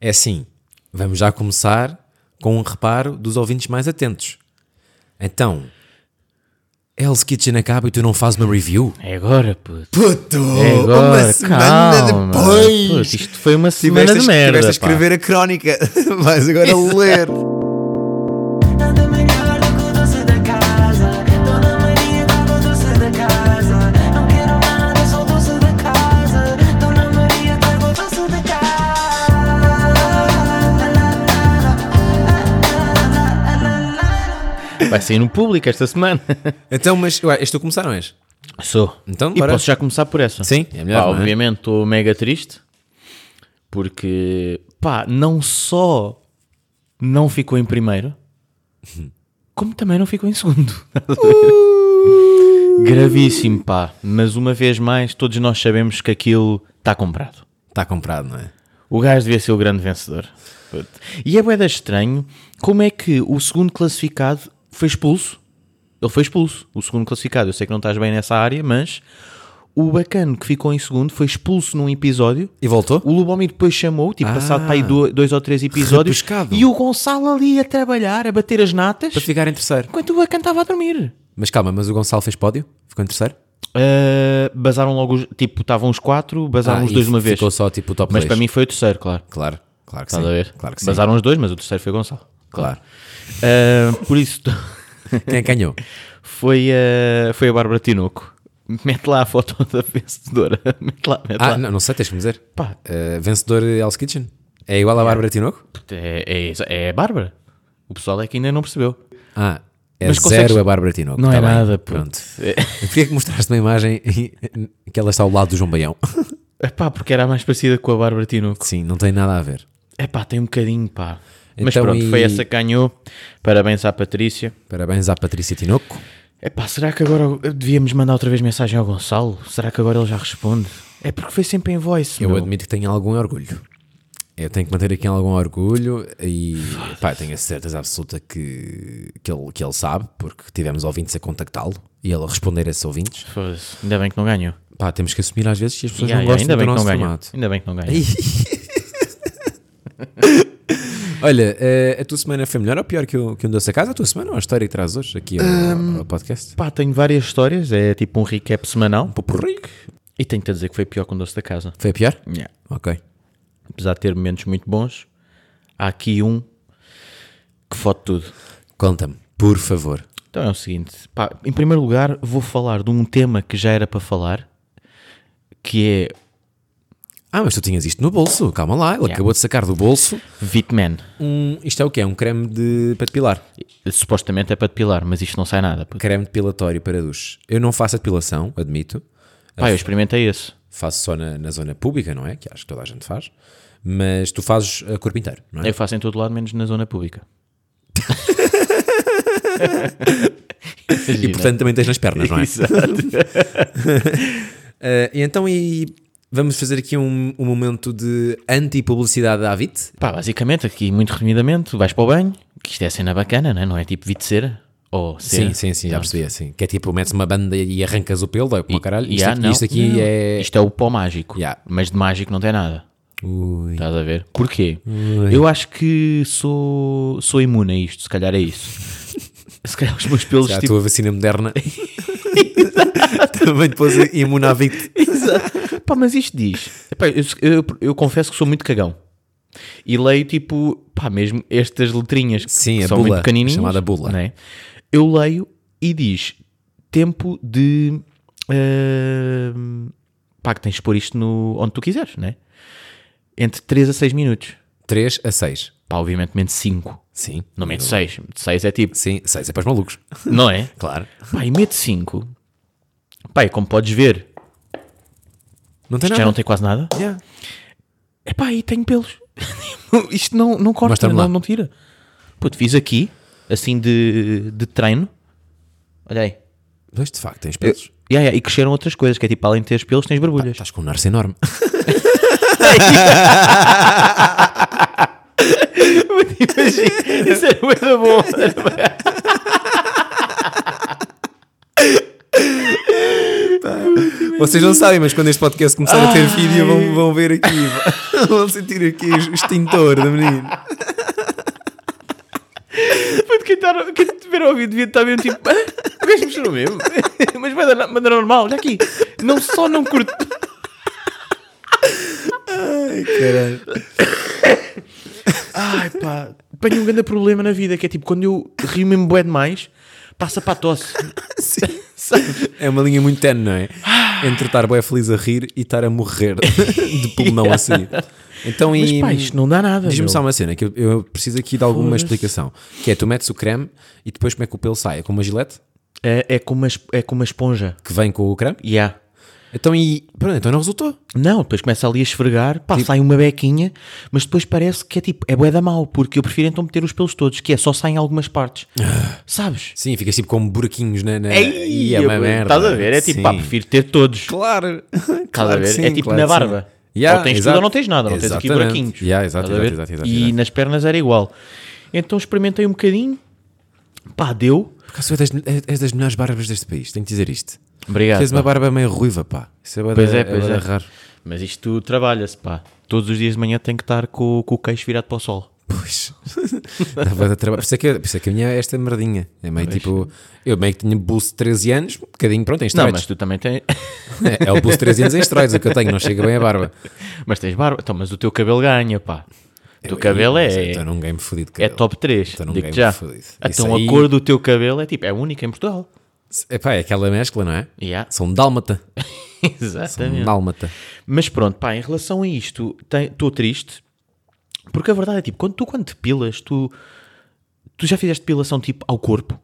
É assim, vamos já começar com um reparo dos ouvintes mais atentos. Então, Hell's Kitchen acaba e tu não fazes uma review? É agora, puto. Puto! É agora, uma semana calma. depois! Puto, isto foi uma semana Tiveste, de merda. tiveste a pá. escrever a crónica, vais agora ler. Anda melhorada com doce da casa. Dona Maria dá o doce da casa. Não quero nada, só doce da casa. Dona Maria dá o doce da casa. Vai sair no público esta semana. Então, mas ué, és tu a começar, não és? Sou. Então, e bora. posso já começar por essa? Sim, é melhor, Pá, não é? obviamente estou mega triste porque, pá, não só não ficou em primeiro, como também não ficou em segundo. Uh! Gravíssimo, pá. Mas uma vez mais, todos nós sabemos que aquilo está comprado. Está comprado, não é? O gajo devia ser o grande vencedor. Puto. E é boeda estranho como é que o segundo classificado foi expulso. Ele foi expulso, o segundo classificado. Eu sei que não estás bem nessa área, mas o bacano que ficou em segundo foi expulso num episódio. E voltou? O Lubomir depois chamou, tipo, Ah. passado para aí do- dois ou três episódios. Repescado. E o Gonçalo ali a trabalhar, a bater as natas, Para ficar em terceiro. enquanto o bacano estava a dormir. Mas calma, mas o Gonçalo fez pódio? Ficou em terceiro? Ah, basaram logo, os, tipo, estavam os quatro, basaram Ah, os e dois de uma vez. Ficou só tipo o top Mas dois. para mim foi o terceiro, claro. Claro, claro que Estás sim. a ver? Claro que sim. Basaram os dois, mas o terceiro foi o Gonçalo. Claro. Uh, por isso, Quem é que ganhou? foi, uh, foi a Bárbara Tinoco. Mete lá a foto da vencedora. Mete lá, mete Ah, lá. não, não sei, tens que me dizer. Pá, Eh, vencedor Hell's Kitchen? É igual à Bárbara Tinoco? é, é, é a Bárbara. O pessoal é que ainda não percebeu. Ah, é Mas zero consegues- a Bárbara Tinoco. Não tá é bem. nada, puto. Pronto. Porquê é que mostraste uma imagem que ela está ao lado do João Baião? Epá, porque era a mais parecida com a Bárbara Tinoco. Sim, não tem nada a ver. Epá, tem um bocadinho, pá. Mas Então, pronto, foi e- essa que ganhou. Parabéns à Patrícia. Parabéns à Patrícia Tinoco. Epá, será que agora devíamos mandar outra vez mensagem ao Gonçalo? Será que agora ele já responde? É porque foi sempre em voice. Eu meu. admito que tenho algum orgulho. Eu tenho que manter aqui algum orgulho e pá, tenho a certeza absoluta que, que, ele, que ele sabe, porque tivemos ouvintes a contactá-lo e ele a responder a esses ouvintes. Foda-se, Ainda bem que não ganhou. Pá, temos que assumir às vezes que as pessoas Ya, não ya, gostam ainda do bem que nosso não ganhou. formato. Ainda bem que não ganhou. Olha, eh, a tua semana foi melhor ou pior que o, que o doce a casa? A tua semana ou a história que traz hoje aqui ao, ao podcast? Pá, tenho várias histórias, é tipo um recap semanal. Popurri. E tenho-te a dizer que foi pior com o doce da casa. Foi a pior? Ok. Apesar de ter momentos muito bons, há aqui um que fode tudo. Conta-me, por favor. Então é o seguinte, pá, em primeiro lugar vou falar de um tema que já era para falar, que é Ah, mas tu tinhas isto no bolso, calma lá. Ele acabou de sacar do bolso Vitman. um. Isto é o quê? É um creme de, para depilar. Supostamente é para depilar, mas isto não sai nada. puto. Creme depilatório para duche. Eu não faço a depilação, admito. Pá, eu experimentei esse. Faço só na, na zona pública, não é? Que acho que toda a gente faz. Mas tu fazes a corpo inteiro, não é? Eu faço em todo lado, menos na zona pública. E portanto também tens nas pernas, não é? Eh, e então e vamos fazer aqui um, um momento de anti-publicidade da Avit. Pá, basicamente, aqui muito resumidamente, vais para o banho, que isto é cena bacana, não é? Não é tipo vi de cera ou cera. Sim, sim, sim, já percebi, sim. Que é tipo, metes uma banda e arrancas o pelo, dói para caralho. Isto, Yeah, aqui- não. isto aqui Não. é... Isto é o pó mágico, Yeah. mas de mágico não tem nada. Ui. Estás a ver? Porquê? Eu acho que sou, sou imune a isto, se calhar é isso. se calhar os meus pelos Já a tipo, tua vacina moderna. Também depois imunavit. Exato. Pá, mas isto diz. Epá, eu, eu- eu confesso que sou muito cagão. E leio tipo, pá, mesmo estas letrinhas que Sim, a são bula, muito pequenininhas. chamada bula. né? Eu leio e diz tempo de. ahm, pá, que tens de pôr isto no, onde tu quiseres, né? Entre 3 a 6 minutos. 3 a 6. Pá, obviamente, mente 5. Sim. Não mete 6. 6 é tipo, Sim, 6 é para os malucos. não é? Claro. Pá, e mete 5. Pá, e como podes ver, Não tem isto já nada. não tem quase nada. Yeah. Epá, e tenho pelos. Isto não, não corta, Mostra-me lá. não, não tira. Puto, fiz aqui, assim de, de treino. Olha aí. Mas de facto, tens pelos. E, aí, e cresceram outras coisas, que é tipo, além de teres pelos, tens barbulhas. Estás com um narce enorme. Imagina, isso é era muito bom. Vocês não sabem, mas quando este podcast começar a ter vídeo, vão, vão ver aqui. Vão sentir aqui o extintor da menina. Foi de quem, tá, quem tiver ouvido devia estar mesmo tipo. "Ah, O gajo mostrou mesmo. Mas vai dar maneira normal, olha aqui. Não só não curto. Caralho. Ai pá, tenho um grande problema na vida que é tipo quando eu rio mesmo bué demais, passa para a tosse. É uma linha muito tenue, não é? Entre estar bem feliz a rir e estar a morrer de pulmão a sair. Então, Mas e- pá, isto não dá nada. Diz-me meu. só uma cena que eu, eu preciso aqui de alguma Foda-se. explicação. Que é, tu metes o creme e depois como é que o pelo sai? É com uma gilete É, é, com uma, es- é com uma esponja. que vem com o creme? Yeah. Então e... Pronto, então não resultou. Não, depois começa ali a esfregar, pá, sai uma bequinha, mas depois parece que é tipo, é bué da mal, porque eu prefiro então meter os pelos todos, que é só saem algumas partes. Sabes? Sim, fica tipo como buraquinhos na... na e é eu- uma merda. Estás a ver? É tipo, Sim. pá, prefiro ter todos. Claro. Estás a Claro que ver? sim, é tipo claro na que sim. barba. Yeah, ou tens exato. tudo ou não tens nada, não tens aqui Exatamente. buraquinhos. Yeah, exato, Estás a ver? exato, exato, E exato. nas pernas era igual. Então experimentei um bocadinho, pá, deu. Por acaso tu és das, és- és das melhores barbas deste país, tenho que dizer isto. Obrigado. Tens uma pá. barba meio ruiva, pá. Isso é bué Pois da- é, pois bué da é. raro. Mas isto trabalha-se, pá. Todos os dias de manhã tenho que estar com, com o queixo virado para o sol. Pois. Dá bué de trabalho. Por isso, é que, por isso é que a minha é esta merdinha. É meio tipo. Eu meio que tinha bolso de 13 anos, um bocadinho, pronto, em Não, esteroides. mas tu também tens. É, é o bolso de 13 anos em esteroides, o que eu tenho, não chega bem a barba. mas tens barba. Então, mas o teu cabelo ganha, pá. O teu Eu- cabelo mas é, Estou num game fodido. é cabelo. top 3. Então não Digo ganho já. fudido. Isso Então aí- a cor do teu cabelo é tipo, é única em Portugal. Epá, é aquela mescla, não é? Yeah. São dálmata. Exatamente. Um dálmata. Mas pronto, pá, em relação a isto, estou triste. Porque a verdade é tipo, quando tu quando te pilas, tu, tu já fizeste depilação tipo ao corpo?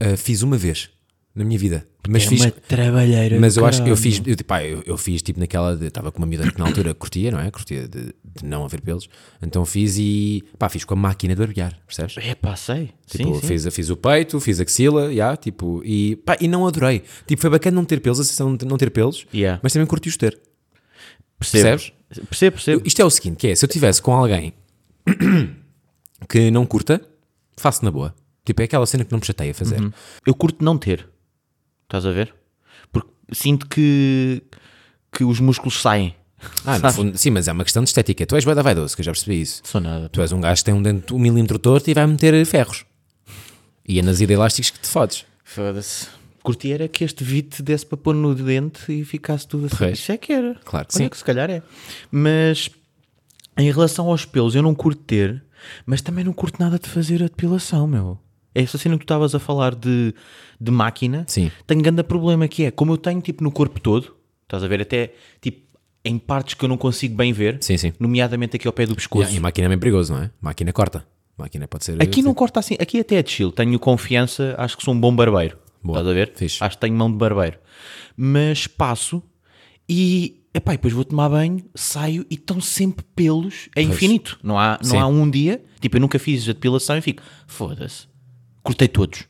Ah, fiz uma vez na minha vida. Mas é fiz. uma trabalheira. do Mas eu acho que eu caralho. fiz, eu, tipo, pá, eu, eu fiz tipo naquela, de- estava com uma miúda que na altura curtia, não é? Curtia de, de não haver pelos, então fiz e pá, fiz com a máquina de barbear, percebes? É pá, sei. Tipo, sim, sim. Fiz, fiz o peito, fiz a axila, yeah, tipo, e, pá, e não adorei. Tipo, foi bacana não ter pelos, a sensação de não ter pelos, Yeah. mas também curti os ter. Percebo. Percebo, percebo. Isto é o seguinte, que é, se eu tivesse com alguém que não curta, faço na boa. Tipo, é aquela cena que não me chateia fazer. Uhum. Eu curto não ter. Estás a ver? Porque sinto que, que os músculos saem. Ah, no Sabes? fundo, sim, mas é uma questão de estética. Tu és bué da vaidoso, que eu já percebi isso. Sou nada. Tu és um gajo que tem um dente um milímetro torto e vai meter ferros. E é nas elásticos que te fodes. Foda-se. Curti era que este vite desse para pôr no dente e ficasse tudo assim. Pois. Isso é que era. Claro que Olha sim. que se calhar é. Mas em relação aos pelos, eu não curto ter, mas também não curto nada de fazer a depilação, meu. É essa cena que tu estavas a falar de, de máquina. Sim. Tenho grande problema que é, como eu tenho tipo no corpo todo, estás a ver até tipo em partes que eu não consigo bem ver, Sim, sim. nomeadamente aqui ao pé do pescoço. E a máquina é bem perigoso, não é? máquina corta. máquina pode ser. Aqui não corta assim, aqui até é de chill, tenho confiança, acho que sou um bom barbeiro. Boa, Estás a ver? fixe. Acho que tenho mão de barbeiro. Mas passo e, epá, e depois vou tomar banho, saio e estão sempre pelos, é infinito. Não há, Sim. não há um dia, tipo, eu nunca fiz a depilação e fico, foda-se, cortei todos.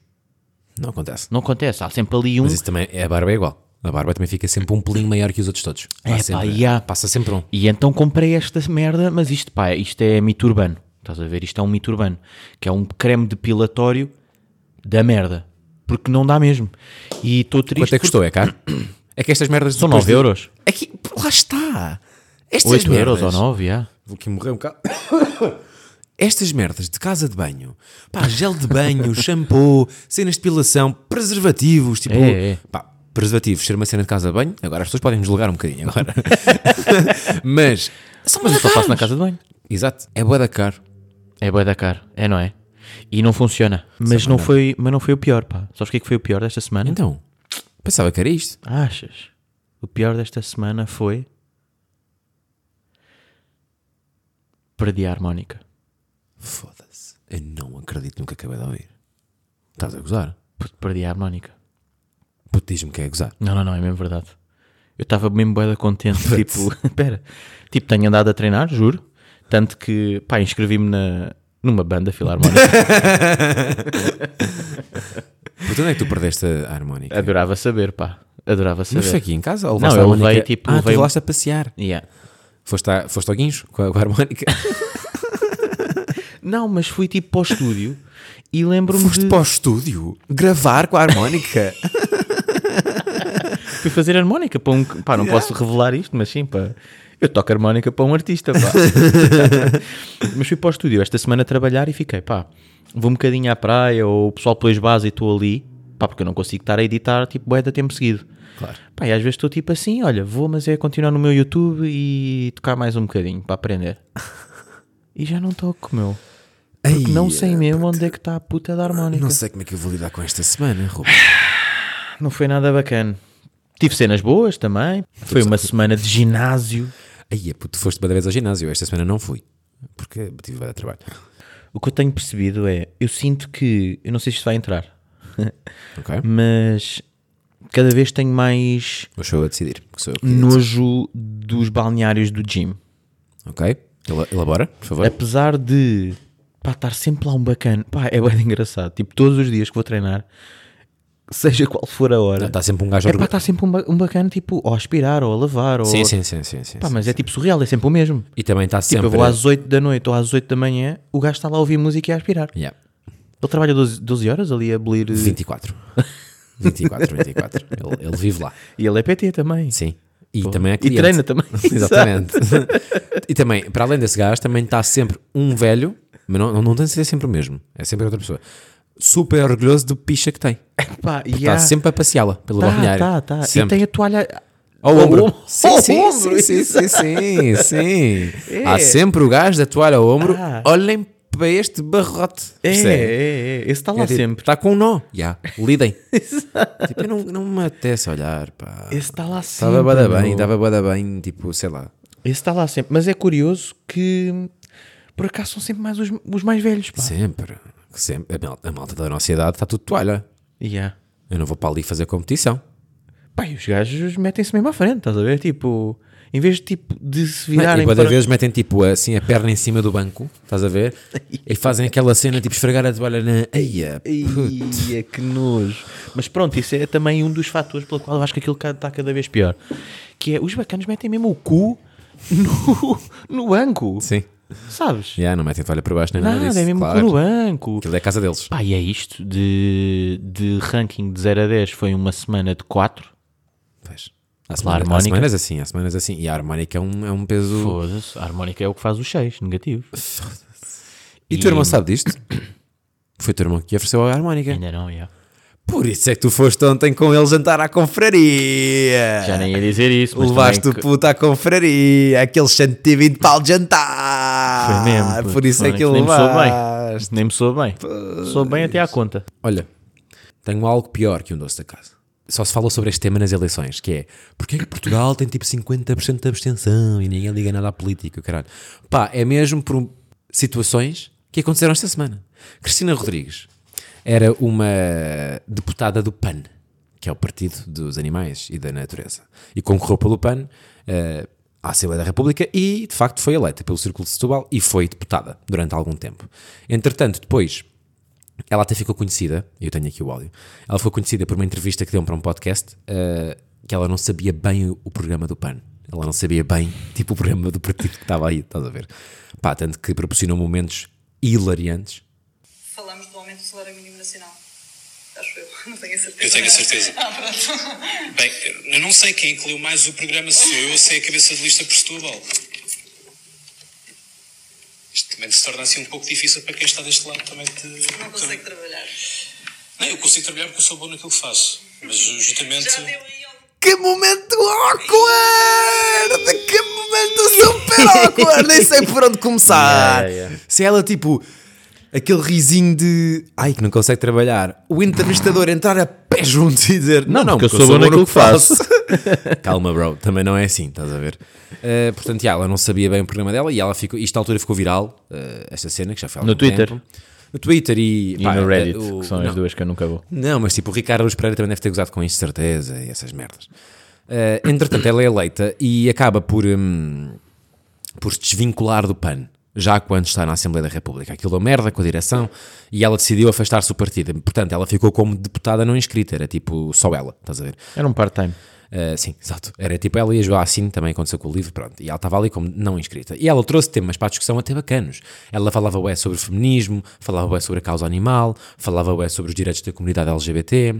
Não acontece. Não acontece, há sempre ali um. Mas isso também, a barba é igual. A barba também fica sempre um pelinho maior que os outros todos. Há É, pá, sempre- e há- Passa sempre um. E então comprei esta merda, mas isto, pá, isto é mito urbano. Estás a ver? Isto é um mito urbano. Que é um creme depilatório da merda. Porque não dá mesmo. E estou triste. Quanto é que custou, é caro? É que estas merdas. São depois 9 euros. De... Aqui, lá está. Estas 8 euros merdas. ou 9, já. Vou aqui morrer um bocado. Estas merdas de casa de banho, pá, gel de banho, shampoo, cenas de depilação, preservativos, tipo, É, é. pá, preservativos, ser uma cena de casa de banho, agora as pessoas podem nos julgar um bocadinho agora. mas, é são Mas eu bué só faço na caros. casa de banho. Exato, é boa da caro. É boa da cara. É, não é? E não funciona. Mas não, foi, mas não foi o pior, pá. Sabes o que é que foi o pior desta semana? Então, pensava que era isto. Achas? O pior desta semana foi. Perdi a harmónica. Foda-se, eu não acredito no que acabei de ouvir. Estás a gozar? Puto, Perdi a harmónica. Puto, diz-me que é gozar. Não, não, não, é mesmo verdade. Eu estava mesmo boeda contente, tipo, espera, tipo, tenho andado a treinar, juro, tanto que, pá, inscrevi-me na, numa banda filarmónica, Portanto, onde é que tu perdeste a harmónica? adorava saber, pá, adorava Mas foi É, saber. aqui em casa? Ou Não, levaste a eu levei, harmónica? tipo, ah, tu levei- levaste a passear. Yeah. Foste, a- foste ao guincho com a, com a harmónica? Não, mas fui tipo para o estúdio e lembro-me Foste de... Ah, para o estúdio gravar com a harmónica? fui fazer harmónica para um. Pá, não posso revelar isto, mas sim, pá. Eu toco harmónica para um artista, pá. mas fui para o estúdio esta semana trabalhar e fiquei, pá. Vou um bocadinho à praia ou o pessoal pôs base e estou ali, pá, porque eu não consigo estar a editar tipo bué de tempo seguido. Claro. Pá, e às vezes estou tipo assim, olha, vou, mas é continuar no meu YouTube e tocar mais um bocadinho para aprender. E já não toco, meu. Porque não sei mesmo onde é que está a puta da harmónica. Não sei como é que eu vou lidar com esta semana, Ruben. Não foi nada bacana. Tive cenas boas também. Foi uma semana de ginásio. Aí, é puto, foste outra vez ao ginásio. Esta semana não fui. Porque tive bué de trabalho. O que eu tenho percebido é, eu sinto que, eu não sei se isto vai entrar, Ok? mas cada vez tenho mais Mas sou eu a decidir. porque sou eu que- nojo dos balneários do gym. Hum. Ok? Ela- Elabora, por favor. Apesar de pá, estar sempre lá um bacana, pá, é bem engraçado. Tipo, todos os dias que vou treinar, seja qual for a hora, Está sempre um gajo é pá, orgulhoso. está sempre um, ba- um bacana, tipo, ou a aspirar, ou a lavar, ou. tá- Sim, sim, sim, sim, sim, Pá, sim. mas é tipo surreal, é sempre o mesmo. E também está Tipo, sempre. é. eu vou às 8 da noite ou às 8 da manhã, o gajo está lá a ouvir música e a aspirar. Yeah. Ele trabalha 12, 12 horas ali a abolir. eh, 24. 24, 24. Ele, ele vive lá. E ele é PT também. Sim. E também é E cliente. treina também. Exatamente. e também, para além desse gajo, também está sempre um velho, mas não, não, não tem de ser sempre o mesmo. É sempre outra pessoa. Super orgulhoso do picha que tem. Pá, e Está há- sempre a passeá-la pelo É, tá, balneário. tá, tá. E Sempre. tem a toalha Ao ombro. Ao Sim, sim, ombro. sim, sim, sim, sim, sim. É. Há sempre o gajo da toalha ao ombro. Ah. Olhem para este barrote. É, Percebe? é, é. Esse está lá sempre. Está com um nó. Já, lidem. tipo, eu não, não me apetece olhar, pá. Esse está lá sempre. Estava bada tá bem, meu. dava bada bem, tipo, sei lá. Esse está lá sempre. Mas é curioso que por acaso são sempre mais os, os mais velhos. Pá. Sempre. sempre. A, mal- a malta da nossa idade está tudo toalha. Yeah. Eu não vou para ali fazer competição. Pá, e os gajos metem-se mesmo à frente, estás a ver? Tipo, em vez de, tipo, de se Mano, virarem e cada para... vez metem tipo assim a perna em cima do banco, estás a ver? e fazem aquela cena tipo esfregar a toalha na. Eia, Ia, que nojo. Mas pronto, isso é também um dos fatores pelo qual eu acho que aquilo está cada vez pior. Que é, os bacanos metem mesmo o cu no, no banco, Sim. sabes? Já, não metem toalha para baixo nem nada, Nada, disso. é mesmo o claro. cu no banco. Aquilo é a casa deles. Pá, e é isto de, de ranking de 0 a 10 foi uma semana de 4. Pois. Há, semana- há harmónica. semanas assim, há semanas assim. E a harmónica é um, é um peso. Foda-se, a harmónica é o que faz os 6, negativo. E teu irmão sabe disto? Foi o teu irmão que ofereceu a harmónica. Ainda não, já. Por isso é que tu foste ontem com ele jantar à confraria. Já nem ia dizer isso, mas Ah, Levaste o também que- puto à confraria, aquele 120 pau de jantar. Foi mesmo, puto. Por isso é Olha, que ele nem me soube bem. levaste. Nem me sou bem. Sou bem até à conta. Olha, tenho algo pior que um doce da casa. Só se falou sobre este tema nas eleições, que é porque é que Portugal tem tipo 50% de abstenção e ninguém liga nada à política, caralho. Pá, é mesmo por um- situações que aconteceram esta semana. Cristina Rodrigues era uma deputada do PAN, que é o Partido dos Animais e da Natureza, e concorreu pelo PAN eh, à Assembleia da República e, de facto, foi eleita pelo Círculo de Setúbal e foi deputada durante algum tempo. Entretanto, depois ela até ficou conhecida, eu tenho aqui o áudio, ela ficou conhecida por uma entrevista que deu para um podcast eh, que ela não sabia bem o, o programa do PAN. Ela não sabia bem, tipo, o programa do partido que estava aí, estás a ver? Pá, tanto que proporcionou momentos hilariantes. Falamos do aumento do salário mínimo nacional. Acho eu, não tenho a certeza. Eu tenho a certeza. Ah, pronto. Bem, eu não sei quem incluiu mais o programa, se sou eu ou se é a cabeça de lista por Setúbal. Isto também se torna assim um pouco difícil para quem está deste lado também de... Não é consegue trabalhar. Não, eu consigo trabalhar porque eu sou bom naquilo que faço. Mas justamente... Já deu aí ao Que momento awkward! Que momento super awkward! Nem sei por onde começar. Yeah, yeah. Se ela, tipo, aquele risinho de ai que não consegue trabalhar, o entrevistador entrar a pé juntos e dizer não, não, porque eu porque sou bom naquilo que faço." Calma, bro, também não é assim, estás a ver? Eh, portanto, já, ela não sabia bem o programa dela e ela ficou, isto na altura ficou viral, eh, esta cena que já foi há No algum Twitter. tempo. No Twitter e, E pá, no eh, Reddit, o- que são não, as duas que eu nunca vou. não, mas tipo, o Ricardo Luz Pereira também deve ter gozado com isto, certeza, e essas merdas. Eh, entretanto, ela é eleita e acaba por, hum, por se desvincular do PAN, já quando está na Assembleia da República. Aquilo deu merda com a direção e ela decidiu afastar-se do partido. Portanto, ela ficou como deputada não inscrita, era tipo só ela, estás a ver? Era um part-time. Uh, sim, exato. Era tipo ela e a Joacine, também aconteceu com o livro, pronto. E ela estava ali como não inscrita. E ela trouxe temas para a discussão até bacanos. Ela falava ué sobre feminismo, falava ué sobre a causa animal, falava ué sobre os direitos da comunidade LGBT.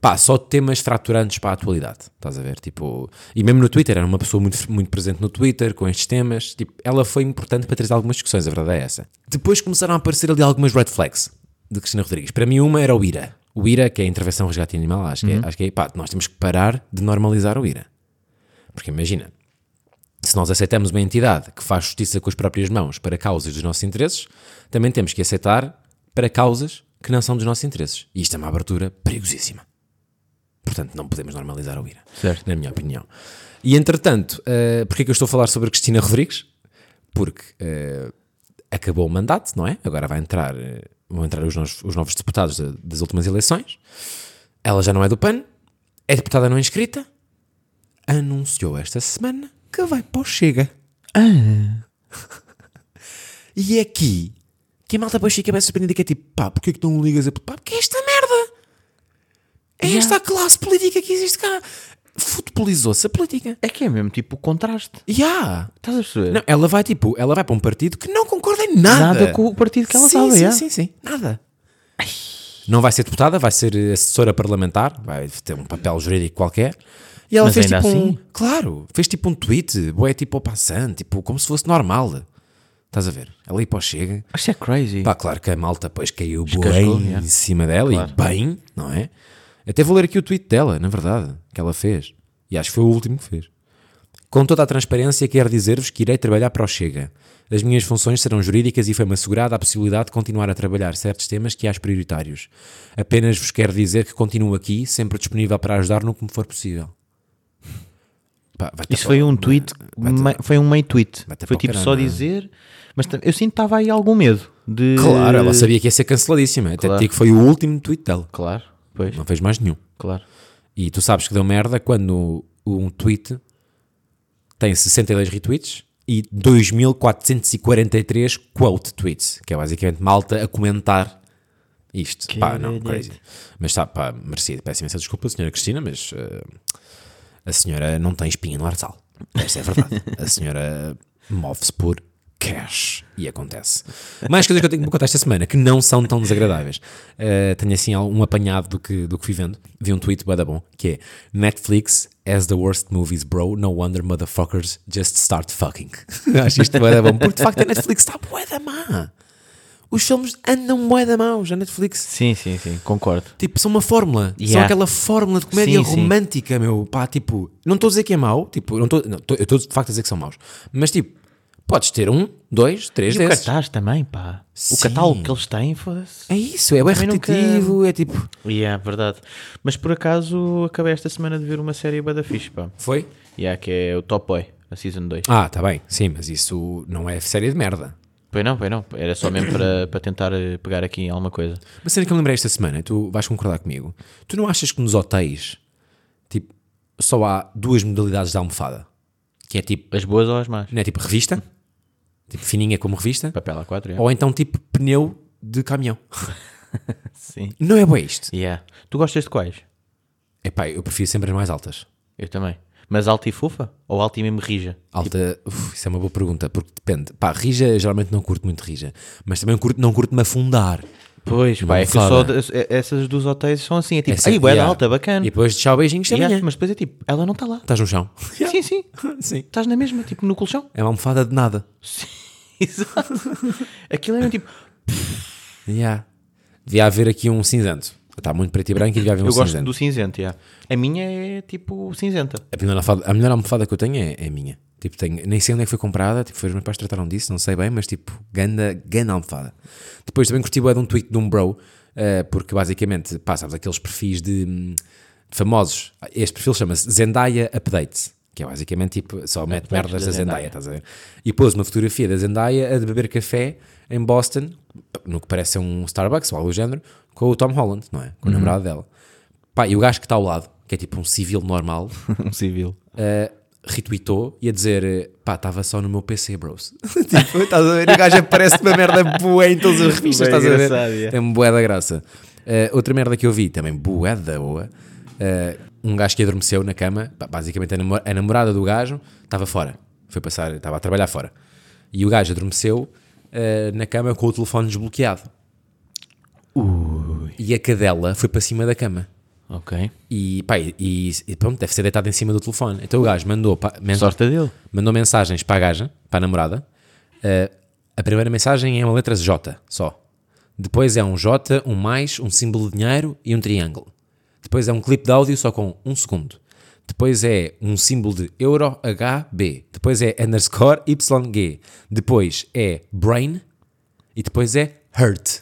pá, só temas fraturantes para a atualidade, estás a ver? Tipo, e mesmo no Twitter, era uma pessoa muito, muito presente no Twitter com estes temas, tipo, ela foi importante para trazer algumas discussões, a verdade é essa. Depois começaram a aparecer ali algumas red flags de Cristina Rodrigues. Para mim, uma era o IRA. O IRA, que é a intervenção resgate animal, acho que, é, acho que é, pá, nós temos que parar de normalizar o IRA. Porque imagina, se nós aceitamos uma entidade que faz justiça com as próprias mãos para causas dos nossos interesses, também temos que aceitar para causas que não são dos nossos interesses. E isto é uma abertura perigosíssima. Portanto, não podemos normalizar o IRA, Certo. na minha opinião. E entretanto, eh, porquê é que eu estou a falar sobre Cristina Rodrigues? Porque eh, acabou o mandato, não é? Agora vai entrar, eh, vão entrar os novos, os novos deputados da- das últimas eleições. Ela já não é do PAN, é deputada não inscrita, anunciou esta semana que vai para o Chega. Ah. E é aqui que a malta depois fica bem surpreendida que é tipo, pá, porquê que não ligas a... Pá, porque é esta merda? É esta a classe política que existe cá. Futebolizou-se a política. É que é mesmo tipo o contraste. Ya! Estás a perceber? Não, ela vai tipo, ela vai para um partido que não concorda em nada. Nada com o partido que ela sim, sabe, Sim, é. sim, sim, nada. Não vai ser deputada, vai ser eh, assessora parlamentar, vai ter um papel jurídico qualquer. E ela Mas fez ainda tipo um, assim? claro, fez tipo um tweet, boé tipo ao passante, tipo como se fosse normal. Estás a ver? Ela aí para o chega. Isso é crazy. Pá, claro que a malta depois caiu Descascou, bem é. em cima dela e bem, não é? Até vou ler aqui o tweet dela, na verdade, que ela fez. E acho que foi o último que fez. Com toda a transparência, quero dizer-vos que irei trabalhar para o Chega. As minhas funções serão jurídicas e foi-me assegurada a possibilidade de continuar a trabalhar certos temas que acho prioritários. Apenas vos quero dizer que continuo aqui, sempre disponível para ajudar no que me for possível. Pá, vai Isso tá- foi um tweet, vai tá- mei- foi um meio tweet. vai ter Foi para o tipo só caralho, não é? dizer, mas tam- eu sinto que estava aí algum medo de. Claro, ela sabia que ia ser canceladíssima. Até Claro. te digo que foi o último tweet dela. Claro, pois, Não fez mais nenhum. claro. E tu sabes que deu merda quando um tweet tem 62 retweets e 2443 quote tweets, que é basicamente malta a comentar isto. Pá, não, Caralho. crazy. Mas está, pá, merecido. Peço imensa desculpa, senhora Cristina, mas eh, a senhora não tem espinha no arsal. Esta é a verdade. a senhora move-se por cash e acontece. Mais coisas que eu tenho que contar esta semana que não são tão desagradáveis. Eh, tenho assim um apanhado do que, do que fui vendo. Vi um tweet bada bom que é Netflix as the worst movies, bro. No wonder motherfuckers just start fucking. Acho isto bada bom. Porque de facto a Netflix está bué da má. Os filmes andam bué da maus. A Netflix Sim, sim, sim, concordo. Tipo, são uma fórmula. São Yeah. aquela fórmula de comédia Sim, sim. romântica, meu. Pá, tipo, não estou a dizer que é mau. Tipo, não estou- não, estou- eu estou de facto a dizer que são maus. Mas tipo, podes ter um, dois, três E o desses. cartaz também, pá. Sim. O catálogo que eles têm, foda-se. É isso, é bué Também nunca- repetitivo, é tipo... E é verdade. Mas por acaso acabei esta semana de ver uma série bué da fixe, pá. Foi? E há que é o Top Boy, a Season 2. Ah, tá bem. Sim, mas isso não é série de merda. Pois não, pois não. Era só mesmo para, para tentar eh, pegar aqui em alguma coisa. Uma cena que eu me lembrei esta semana, tu vais concordar comigo. Tu não achas que nos hotéis, tipo, só há duas modalidades de almofada? Que é tipo, As boas ou as más? não é tipo revista? Tipo, fininha como revista? Papel A4, é? Ou então tipo pneu de caminhão. Sim. Não é bem isto. Yeah. Tu gostas de quais? Epá, eu prefiro sempre as mais altas. Eu também. Mas alta e fofa? Ou alta e mesmo rija? Alta, Tipo- uf, isso é uma boa pergunta, porque depende. Pá, rija, geralmente não curto muito rija, mas também curto, não curto-me afundar. Pois, pá, é que Almofada. só das- é- essas dos hotéis são assim, é tipo, Essa- ai, bué da yeah. alta, bacana. E depois tchau, beijinhos, até Yeah, amanhã. mas depois é tipo, ela não está lá. Estás no chão. Sim, sim. Sim. Estás na mesma, tipo, no colchão. É uma almofada de nada. Exato. Aquilo é mesmo tipo, Yeah. Devia haver aqui um cinzento. Está muito preto e branco e devia haver um eu gosto cinzento. do cinzento, yeah. A minha é tipo cinzenta. A, melhor almofada, a melhor almofada que eu tenho é, é a minha. Tipo, tenho, nem sei onde é que foi comprada, tipo, foi os meus pais que trataram disso, não sei bem, mas tipo, ganda, ganda almofada. Depois também curti bué de um tweet de um bro, eh, porque basicamente, pá, sabes, aqueles perfis de, hum, de famosos. Este perfil chama-se Zendaya Update, que é basicamente tipo, só mete Updates merdas da da Zendaya, Zendaya. estás a ver? E pôs uma fotografia da Zendaya a de beber café em Boston, no que parece um Starbucks ou algo do género, com o Tom Holland, não é? Com o namorado dela. Pá, e o gajo que está ao lado, que é tipo um civil normal, Um civil. retweetou e a dizer eh, pá, estava só no meu PC, bros. tipo, estás a ver? O gajo aparece uma merda bué em todas as revistas, Bem estás a ver? engraçado, yeah. Tem bué da graça. Eh, outra merda que eu vi, também bué da boa, eh, um gajo que adormeceu na cama, ba- basicamente a, namo- a namorada do gajo estava fora, foi passar, estava a trabalhar fora. E o gajo adormeceu eh, na cama com o telefone desbloqueado. E a cadela foi para cima da cama. Ok. E, pá, e, e pronto, deve ser deitado em cima do telefone. Então o gajo mandou, pa- men- Sorte dele. mandou mensagens para a gaja, para a namorada. Eh, a primeira mensagem é uma letra J só. Depois é um J, um mais, um símbolo de dinheiro e um triângulo. Depois é um clipe de áudio só com um segundo. Depois é um símbolo de euro HB. Depois é underscore YG. Depois é brain. E depois é hurt.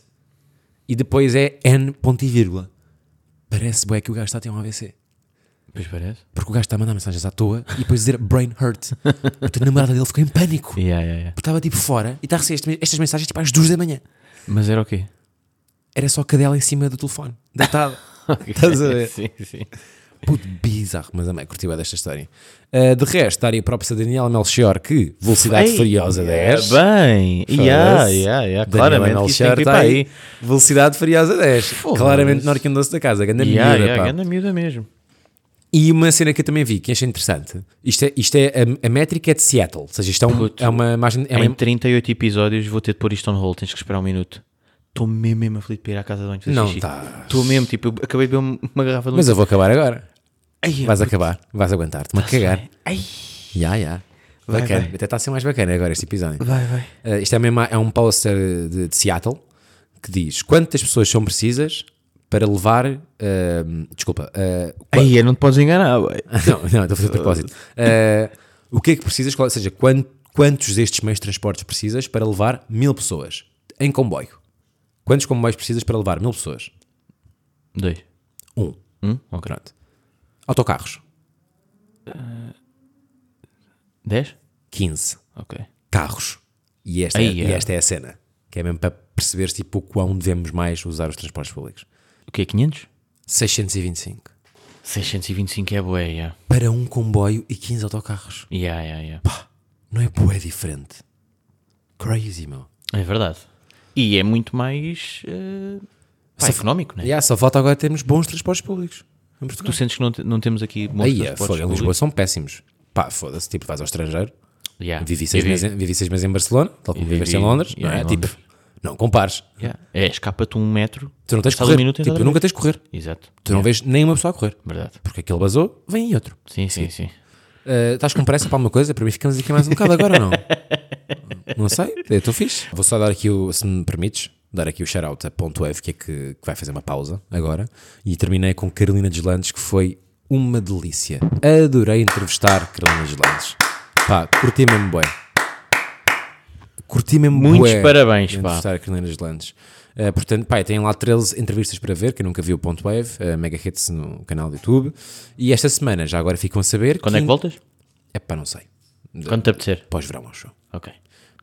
E depois é N ponto e vírgula. Parece bué que o gajo está a ter um AVC. Pois parece. Porque o gajo está a mandar mensagens à toa e depois dizer brain hurt. Porque a namorada dele ficou em pânico. Porque Yeah, yeah, yeah. estava tipo fora e está a receber este- estas mensagens tipo às duas da manhã. Mas era o quê? Era só a cadela em cima do telefone, deitada. Estás a ver? sim, sim. Puto bizarro, mas amei, curti bué desta história. Ah, de resto, daria props a Daniela Melchior que Velocidade Ei, Furiosa 10. Bem, yeah, Foda-se. yeah, Daniela yeah. Claramente que isto tem Melchior tá que ir está para aí. Velocidade Furiosa 10. Claramente Norte Doce da casa, grande Yeah, miúda, yeah, pá. ganda miúda mesmo. E uma cena que eu também vi, que achei interessante. Isto é, isto é a, a métrica é de Seattle. Ou seja, isto é, um- Puto. é uma imagem. É uma, Em 38 episódios vou ter de pôr isto on hold, tens que esperar um minuto. Estou mesmo, mesmo aflito para ir à casa de banho fazer Não xixi. estás. Estou mesmo, tipo, eu acabei de beber uma- uma garrafa de um... Mas eu vou acabar agora. Ai, é. Vais acabar, vais aguentar-te, mas cagar. bem. Tá Ai. Ya, ya. Bacana, vai. até está a ser mais bacana agora este episódio. Vai, vai. Eh, isto é, mesmo, é um poster de, de Seattle que diz quantas pessoas são precisas para levar. eh, desculpa. eh, Ai, eu não te podes enganar, ué. Não, não, estou a fazer de propósito. Eh, o que é que precisas? Qual- Ou seja, quan- quantos destes meios de transportes precisas para levar mil pessoas em comboio? Quantos comboios precisas para levar mil pessoas? Dois. Um. Um? Ok. Pronto. Autocarros, 10? 15. Ok. Carros. E esta, é, Ai, é. e esta é a cena. Que é mesmo para perceberes tipo, o quão devemos mais usar os transportes públicos. O que é, 500? 625. 625 é bué, yeah. Para um comboio e 15 autocarros. Yeah, yeah, yeah. Não é boa, é diferente. Crazy, meu. É verdade. E é muito mais eh, pá, económico, né? Yeah, só falta agora termos bons transportes públicos. Em Portugal. Tu sentes que não, te- não temos aqui bons Aí, é, transportes foda, em públicos? Lisboa são péssimos. Pá, foda-se, tipo, vais ao estrangeiro. Yeah. Vivi seis, Eu É. vi- meses, em- vivi seis meses em Barcelona, tal como Vivi- viveste em Londres, yeah, não é? em Tipo, não compares. Yeah. É, escapa-te um metro. Tu não tens de passado correr. Um minuto, tipo, entras tu outra nunca vez. tens de correr. Exato. Tu não vês nem uma pessoa a correr. Verdade. Porque aquele basou, vem aí outro. Sim, sim, sim. Ah, estás com pressa para alguma coisa? Para mim ficamos aqui mais um bocado agora ou não? não sei, eu estou fixe. Vou só dar aqui, o, se me permites, dar aqui o shout-out a Ponto F, que é que, que vai fazer uma pausa agora. E terminei com Carolina Deslandes, que foi uma delícia. Adorei entrevistar Carolina Deslandes. Pá, curti mesmo bué. Curti mesmo Muitos bué parabéns, de pá. entrevistar a Carolina Deslandes. Uh, portanto, pá, tem lá 13 entrevistas para ver, quem nunca viu o Ponto Wave, uh, Mega Hits no canal do YouTube. E esta semana, já agora ficam a saber... Quando é que voltas? É pá, não sei. Quando te apetecer. Pós-verão, acho. eu. Ok.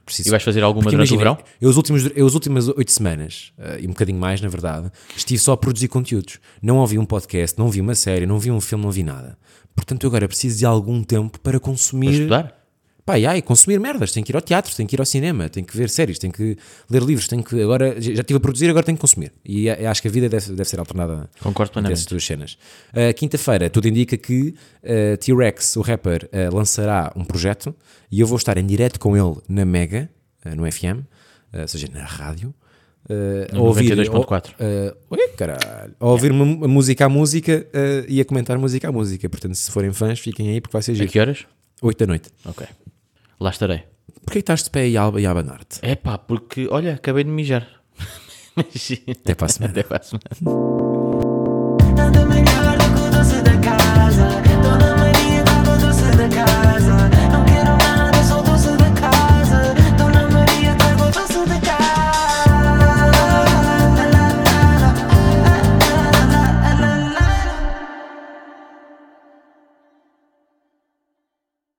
Preciso. E vais fazer alguma Porque durante o imagina, verão? Eu, os últimos, eu as últimas oito semanas, eh, e um bocadinho mais, na verdade, estive só a produzir conteúdos. Não ouvi um podcast, não vi uma série, não vi um filme, não vi nada. Portanto, eu agora preciso de algum tempo para Para consumir. estudar? Pá, e ai, consumir merdas. Tenho que ir ao teatro, tenho que ir ao cinema, tenho que ver séries, tenho que ler livros, tenho que. Agora, já já estive a produzir, agora tenho que consumir. E eh, acho que a vida deve, deve ser alternada Concordo dessas plenamente. duas cenas. Uh, Quinta-feira, tudo indica que uh, T-Rex, o rapper, uh, lançará um projeto e eu vou estar em direto com ele na Mega, uh, no FM, uh, ou seja, na rádio. Uh, a ouvir, 92.4. uh, oi, caralho, a ouvir mu- música a música uh, e a comentar música a música. Portanto, se forem fãs, fiquem aí porque vai ser A giro. que horas? 8 da noite. Ok. Lá estarei. Porquê que estás de pé e a, e a abanar-te? É pá, porque, olha, acabei de mijar. Mas sim. Até para a semana. Até para a semana. Nada melhor do